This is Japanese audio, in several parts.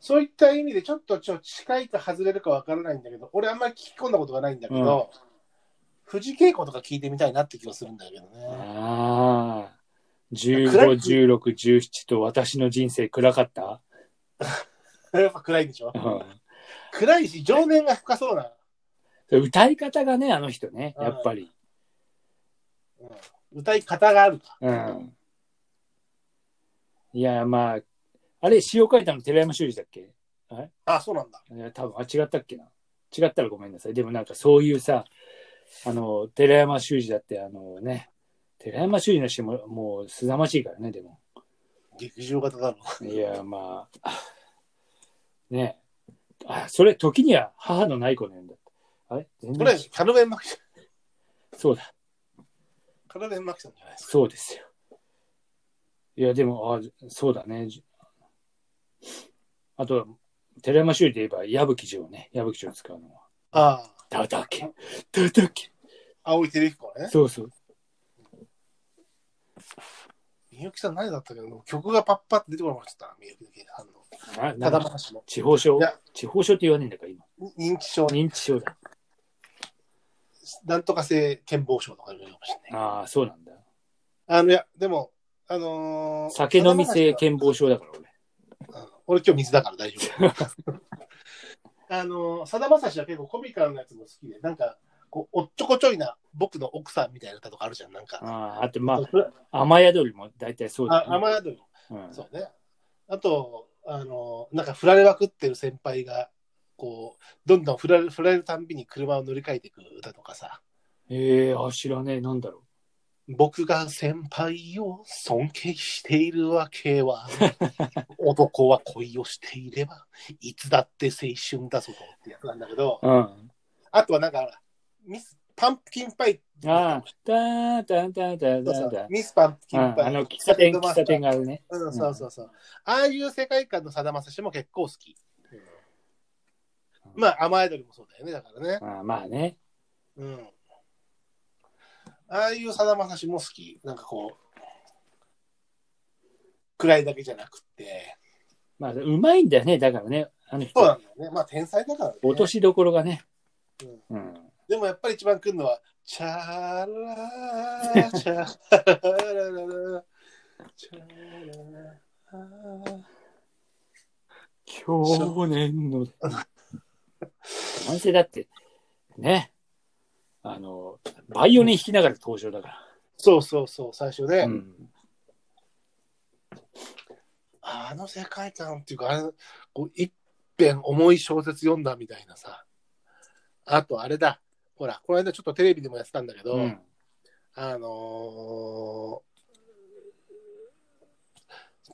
そういった意味で、ちょっとちょ近いか外れるかわからないんだけど、俺あんまり聞き込んだことがないんだけど、藤恵子とか聞いてみたいなって気がするんだけどね。 ああ。暗い15、16、17と私の人生暗かった、やっぱ暗いでしょうん暗いし、情念が深そうな、それ歌い方がね、あの人ね、やっぱり。うん、歌い方があるか。うん。いや、まあ、あれ、詩を書いたの寺山修司だっけあ、そうなんだ。いや多分あ違ったっけな違ったらごめんなさいでもなんかそういうさあの寺山修司だってあのね寺山修司の詩ももうすざまじいからねでも劇場型だろ。いやまあねあそれ時には母のない子のようんだあれ全これ然、カルベン・マキション、そうだカルベン・マキションじゃないですか。そうですよいやでもあそうだねじあとは寺山修司で言えば矢吹城ね矢吹城使うのはああ、叩け叩け青井照彦ね。そうそうみゆきさん何だったけど、曲がパッパって出てこなくなっちゃったな、みゆきさんの。ななただんかまさしの。地方症いや。地方症って言わねえんだから、今。認知症、認知症だ。なんとか性健忘症とか言うかもしれない。ああ、そうなんだ。あの、いや、でも、あのー酒飲み性健忘症だから、俺。うん俺今日水だから大丈夫。 あの、さだまさしは結構コミカルなやつも好きで、なんか、こう、おっちょこちょいな僕の奥さんみたいな歌とかあるじゃん、なんか。ああ、あと、まそれあ、雨宿りも大体そうだ、ね。あ雨宿りうんそうね。あと、あの、なんか振られまくってる先輩が、こう、どんどん振られ振られるたんびに車を乗り換えていく歌とかさ、ええあ、知らねえ、なんだろ僕が先輩を尊敬しているわけ は、男は恋をしていれば、いつだって青春だぞとってやつなんだけど、う。うん。あとはなんか、ミス、パンプキンパイ。ああ、たーたーたーたーたそうそうーたーミスパンプキうンんパイ。あの、喫茶店、サンドマ喫スタ茶ー店。があるね。うん、そうそうそう。ああいう世界観のさだまさしも結構好き。まあ、甘えどりもそうだよね、だからね。ああまあね。うん。ああいうさだまさしも好き。なんかこう、暗いだけじゃなくて。まあ、うまいんだよね、だからね。あそのう人、なんだよね。まあ、天才だからね。落としどころがねうん。うん。でもやっぱり一番来るのは、チャラーチャララララチャラララ去年の。男性だって、ね。あの、バイオリン弾きながら登場だかそうそうそう、最初ね。ら。うん。あの世界観っていうか、あれこう一遍重い小説読んだみたいなさ。あと、あれだ。ほら、この間ちょっとテレビでもやってたんだけど、うんあのー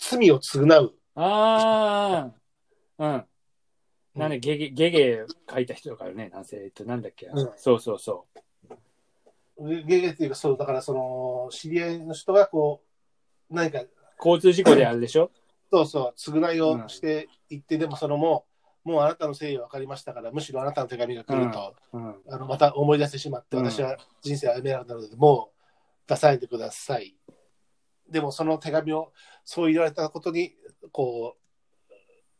罪を償う。ああ、うん。なんで、ゲゲ、ゲゲ書いた人だからね、男性、えっと、なんだっけ、うんそうそうそゲゲっていうか、そう、だからその、知り合いの人がこう、何か、う。交通事故であれでしょそうそう、償いをしていって、でもそのもう、もうあなたの誠意は分かりましたから、むしろあなたの手紙が来ると。うん。あのまた思い出してしまって、うん私は人生を歩めなくなるので、もう出さないでください。でも、その手紙を、そう言われたことに、こう、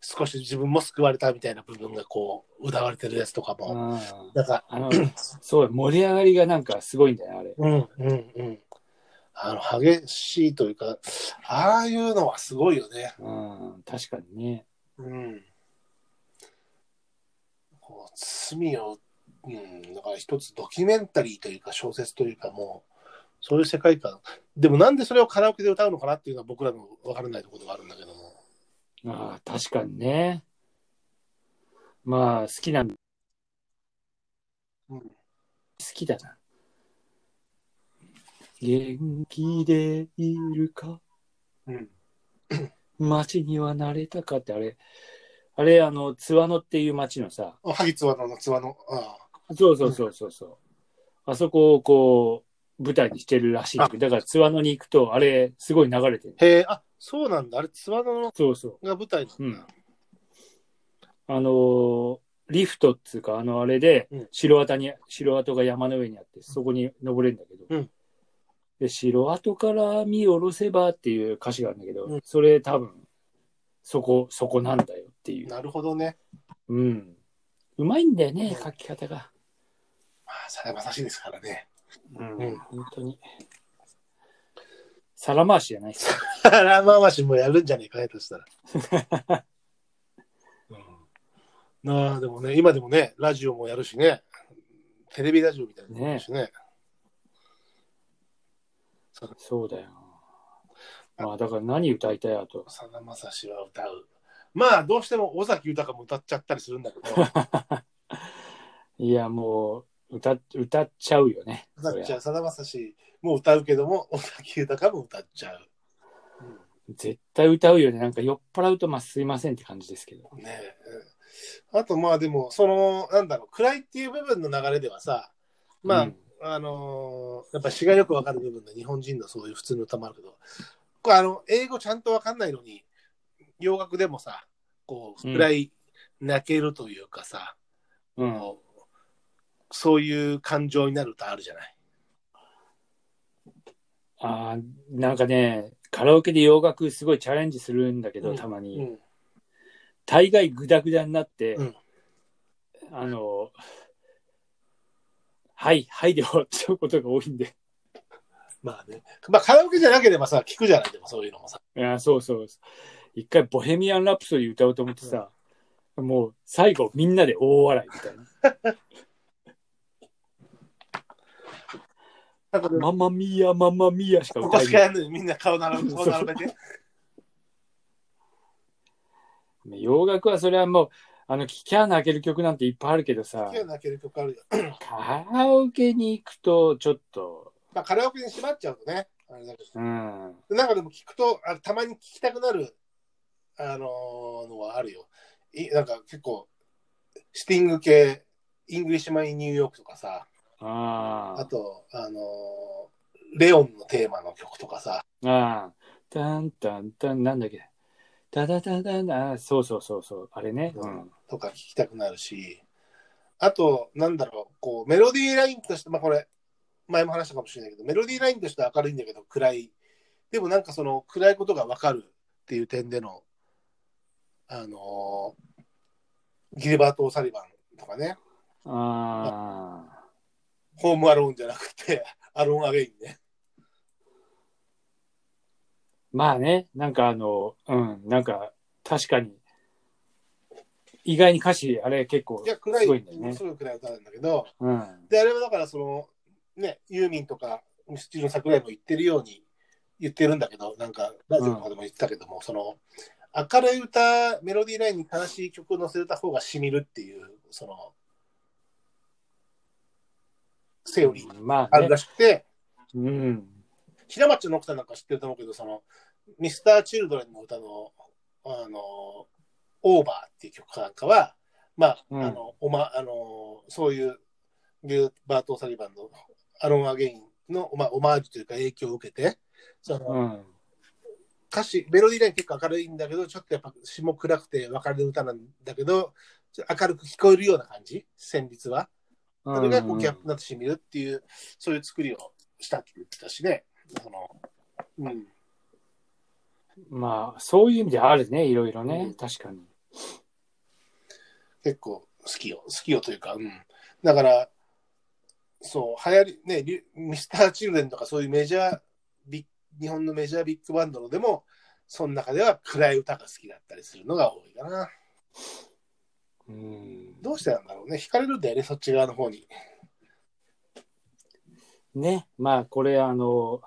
少し自分も救われたみたいな部分が、こう、うだわれてるやつとかも、うんなんか、あの、そう、盛り上がりがなんかすごいんだよね、あれ。うん、うん、うん。あの、激しいというか、ああいうのはすごいよね。うん、確かにね。うん。こう罪を、うん、だから一つドキュメンタリーというか小説というかもう、そういう世界観。でもなんでそれをカラオケで歌うのかなっていうのは僕らの分からないところがあるんだけども。ああ、確かにね。まあ、好きなん、好うん、きだな。元気でいるかうん、街には慣れたかってあれ、あれ、あの、津和野っていう街のさ、あ萩津和野の津和野。あそうそうそうそうそう。あそこをこう、舞台にしてるらしいんだけど。だから津和野に行くと、あれ、すごい流れてる。あへえ、あそうなんだ。あれ、津和野そうそが舞台なんだ。う。あのーリフトっつうか、あの、あれでうん、城跡に、城跡が山の上にあって、そこに登れるんだけど。うんで、城跡から見下ろせばっていう歌詞があるんだけど、うんそれ多分、そこ、そこなんだよっていう。なるほどね。うん。うまいんだよね、書き方が。まあ、さだまさしですからね。うんうん本当に。皿回しじゃないです。ラーマンマシンもやるんじゃねえかね、としたら。 うん、なあ、でもね、今でもね、ラジオもやるしね、テレビラジオみたいなのもやるしね。そうだよ。まあ、だから何歌いたいあと。さだまさしは歌う。まあ、どうしても尾崎豊も歌っちゃったりするんだけ ど、いや、もう、歌っ、歌っちゃうよね。歌っちそりゃう。さだまさしも歌うけども、尾崎豊も歌っちゃう。ゃ絶対歌うよね。なんか酔っ払うと、まあ、すいませんって感じですけど。ねえ。あと、まあでも、その、なんだろう、暗いっていう部分の流れではさ、まあ、うんあのーやっぱ詩がよくわかる部分で日本人のそういう普通の歌もあるけど、これあの、英語ちゃんとわかんないのに、洋楽でもさ、こう、うん暗い泣けるというかさ、うん。こうそういう感情になる歌あるじゃない。あーなんかね、カラオケで洋楽すごいチャレンジするんだけど、うんたまに。うん。大概グダグダになって、うんあの、はい、はいで終わっちゃうことが多いんで。まあね。まあ、カラオケじゃなければさ、聞くじゃない、でもそういうのもさ。いや、そうそう。一回ボヘミアン・ラプソディ歌おうと思ってさ、もう最後みんなで大笑いみたいな。なんかねママミア、ママミアしかこ歌こえしかない。やんのにみんな顔並べ顔並べて。洋楽はそれはもう、あの、キャー泣ける曲なんていっぱいあるけど好さき、な泣ける曲あるよ。カラオケに行くとちょっと、まあ、カラオケに縛っちゃうとね、あれだけうん。ど。なんかでも聞くと、あたまに聞きたくなる、あのーのはあるよ。いなんか結構、シティング系、イングリッシュマン・イン・ニューヨークとかさ、あああ。と、あのーレオンのテーマの曲とかさ、ああ、タンタンタン、なんだっけ。タタタタン、ああそうそうそうそう、あれね。うん。とか聞きたくなるし、あと、なんだろう、こう、メロディーラインとして、まあこれ、前も話したかもしれないけど、メロディーラインとしては明るいんだけど、暗い。でもなんかその、暗いことがわかるっていう点での、あのーギルバート・オサリバンとかね、ああ、ホームアローンじゃなくて、アローン・アゲインね。まあね、なんかあの、うん、なんか確かに、意外に歌詞、あれ結構いや、暗すい、ごいんだよねす。ごい暗い歌なんだけど、うん。で、あれはだからその、ね、ユーミンとか、ミスチルの桜井も言ってるように言ってるんだけど、なんか、ラジオとかでも言ってたけども、その、明るい歌、メロディーラインに悲しい曲を載せた方がしみるっていう、その、セオリーがまああるねら、しくて、うん。平松の奥さんなんか知ってると思うけど、その、ミスター・チルドレンの歌の、あの、オーバーっていう曲かなんかは、まあ、うんあの、おま、あの、そういう、ギルバート・オサリバンのアロン・アゲインの、まあ、オマージュというか影響を受けて、その、うん。歌詞、メロディーライン結構明るいんだけど、ちょっとやっぱ詞も暗くて別れる歌なんだけど、ちょっと明るく聞こえるような感じ、旋律は。それがこうギャップになってしみるっていう、そういう作りをしたって言ってたしね。そのうん、まあ、そういう意味であるね、いろいろね。うん確かに。結構好きよ。好きよというか、うん。だから、そう、流行り、ね、リュミスター・チルデンとかそういうメジャービッ、日本のメジャービッグバンドのでも、その中では暗い歌が好きだったりするのが多いかな。うん。どうしてなんだろうね。惹かれるんだよね、そっち側の方に。ね、まあ、これ、あの、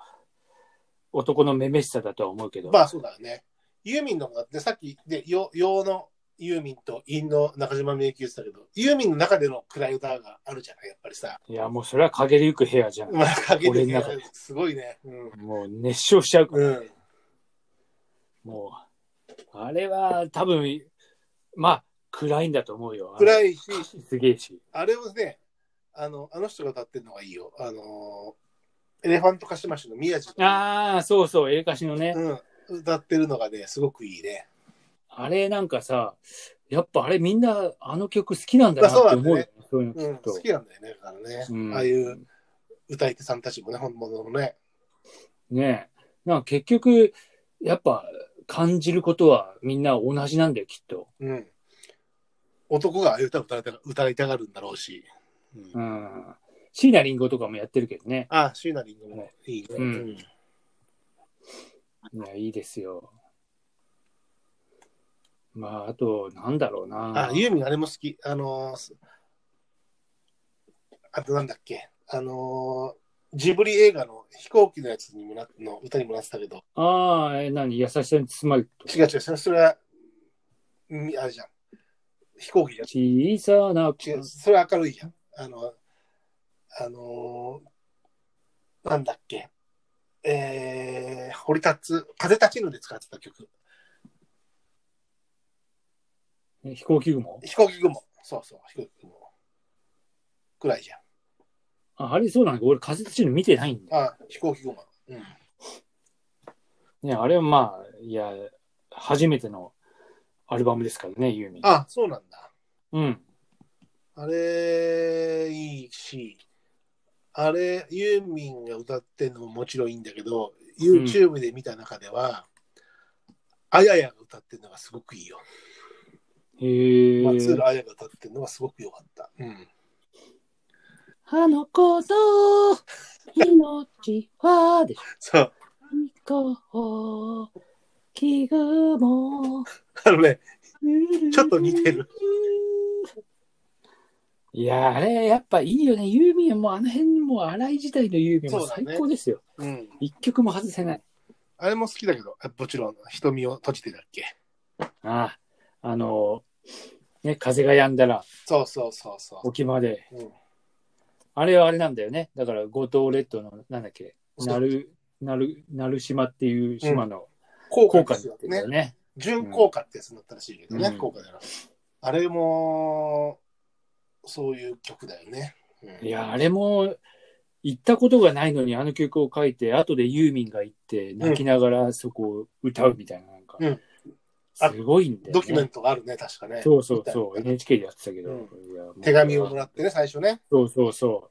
男のめめしさだとは思うけど。まあそうだよね。ユーミンの方だってさっきで洋洋のユーミンと陰の中島みゆき言ってたけど、ユーミンの中での暗い歌があるじゃない、やっぱりさ。いや、もうそれは陰りゆく部屋じゃん。まあ、陰俺での中すごいね。うん。もう熱唱しちゃうから、うん。もう。あれは多分、まあ、暗いんだと思うよ。い。暗いし、すげえし。あれをね、あの、あの人が歌ってるのがいいよ。あのーエレファントカシマシの宮地が、ああ、そうそう、エレカシのね。うん、歌ってるのがね、すごくいいね。あれなんかさ、やっぱあれみんなあの曲好きなんだなって思うよ、まあね。そういうのう聞ん、くと好。きなんだよね、だからね。うんああいう歌い手さんたちもね、本物のね。ねえ。なんか結局、やっぱ感じることはみんな同じなんだよ、きっと。うん。男がああいう歌を歌いた歌いたがるんだろうし。う、うんん。椎名林檎とかもやってるけどね。あ、シューナリングもいいね。うんいや、いいですよ。まあ、あと、なんだろうな。あ、ユーミンあれも好き。あのーあとなんだっけ。あのージブリ映画の飛行機のやつにもなの歌にもなってたけど、ああ、え、何優しさに包まれて違う違う、それそれは、うんあれじゃん。飛行機じ小さな、ゃん。違う、それは明るいじゃん。あの、あのーなんだっけ。えー、堀立つ、風立ちぬで使ってた曲。飛行機雲飛行機雲。そうそう、飛行機雲。くらいじゃん。ああれそうなんだけど、俺、風立ちの見てないんだよ。あ、飛行機雲。うん。ね、あれはまあ、いや、初めてのアルバムですからね、ユーミン。あ、そうなんだ。うん。あれ、いいし、あれ、ユーミンが歌ってるのももちろんいいんだけど、YouTube で見た中では、あややが歌ってるのがすごくいいよ。へえ。松浦あやが歌ってるのがすごくよかった。うん。あの子の命はでしょ。そう。飛行機雲。 あのね、ちょっと似てる。いやー、あれ、やっぱいいよね。ユーミンはもうあの辺、もう荒い時代のユーミンもそうだ最ね高ですよ。うん。一、曲も外せない。あれも好きだけど、あもちろん、瞳を閉じてだっけ。ああ、あのーね、風が止んだらそうそうそうそう。沖まで。うん、あれはあれなんだよね。だから、五島列島の、なんだっけ、そうなる、なる、なる島っていう島の効効果果でにすなっよてんだねよ。ね。純効果ってやつになったらしいけどね、うん効果だな。あれも、そういう曲だよね。うんいや、あれも、行ったことがないのにあの曲を書いて、後でユーミンが行って、泣きながらそこを歌うみたいな、なんか、うんあすごいんだよ、ね。ドキュメントがあるね、確かね。そうそうそう、みたい NHK でやってたけど、うんいやもう手紙をもらってね、最初ね。そうそうそ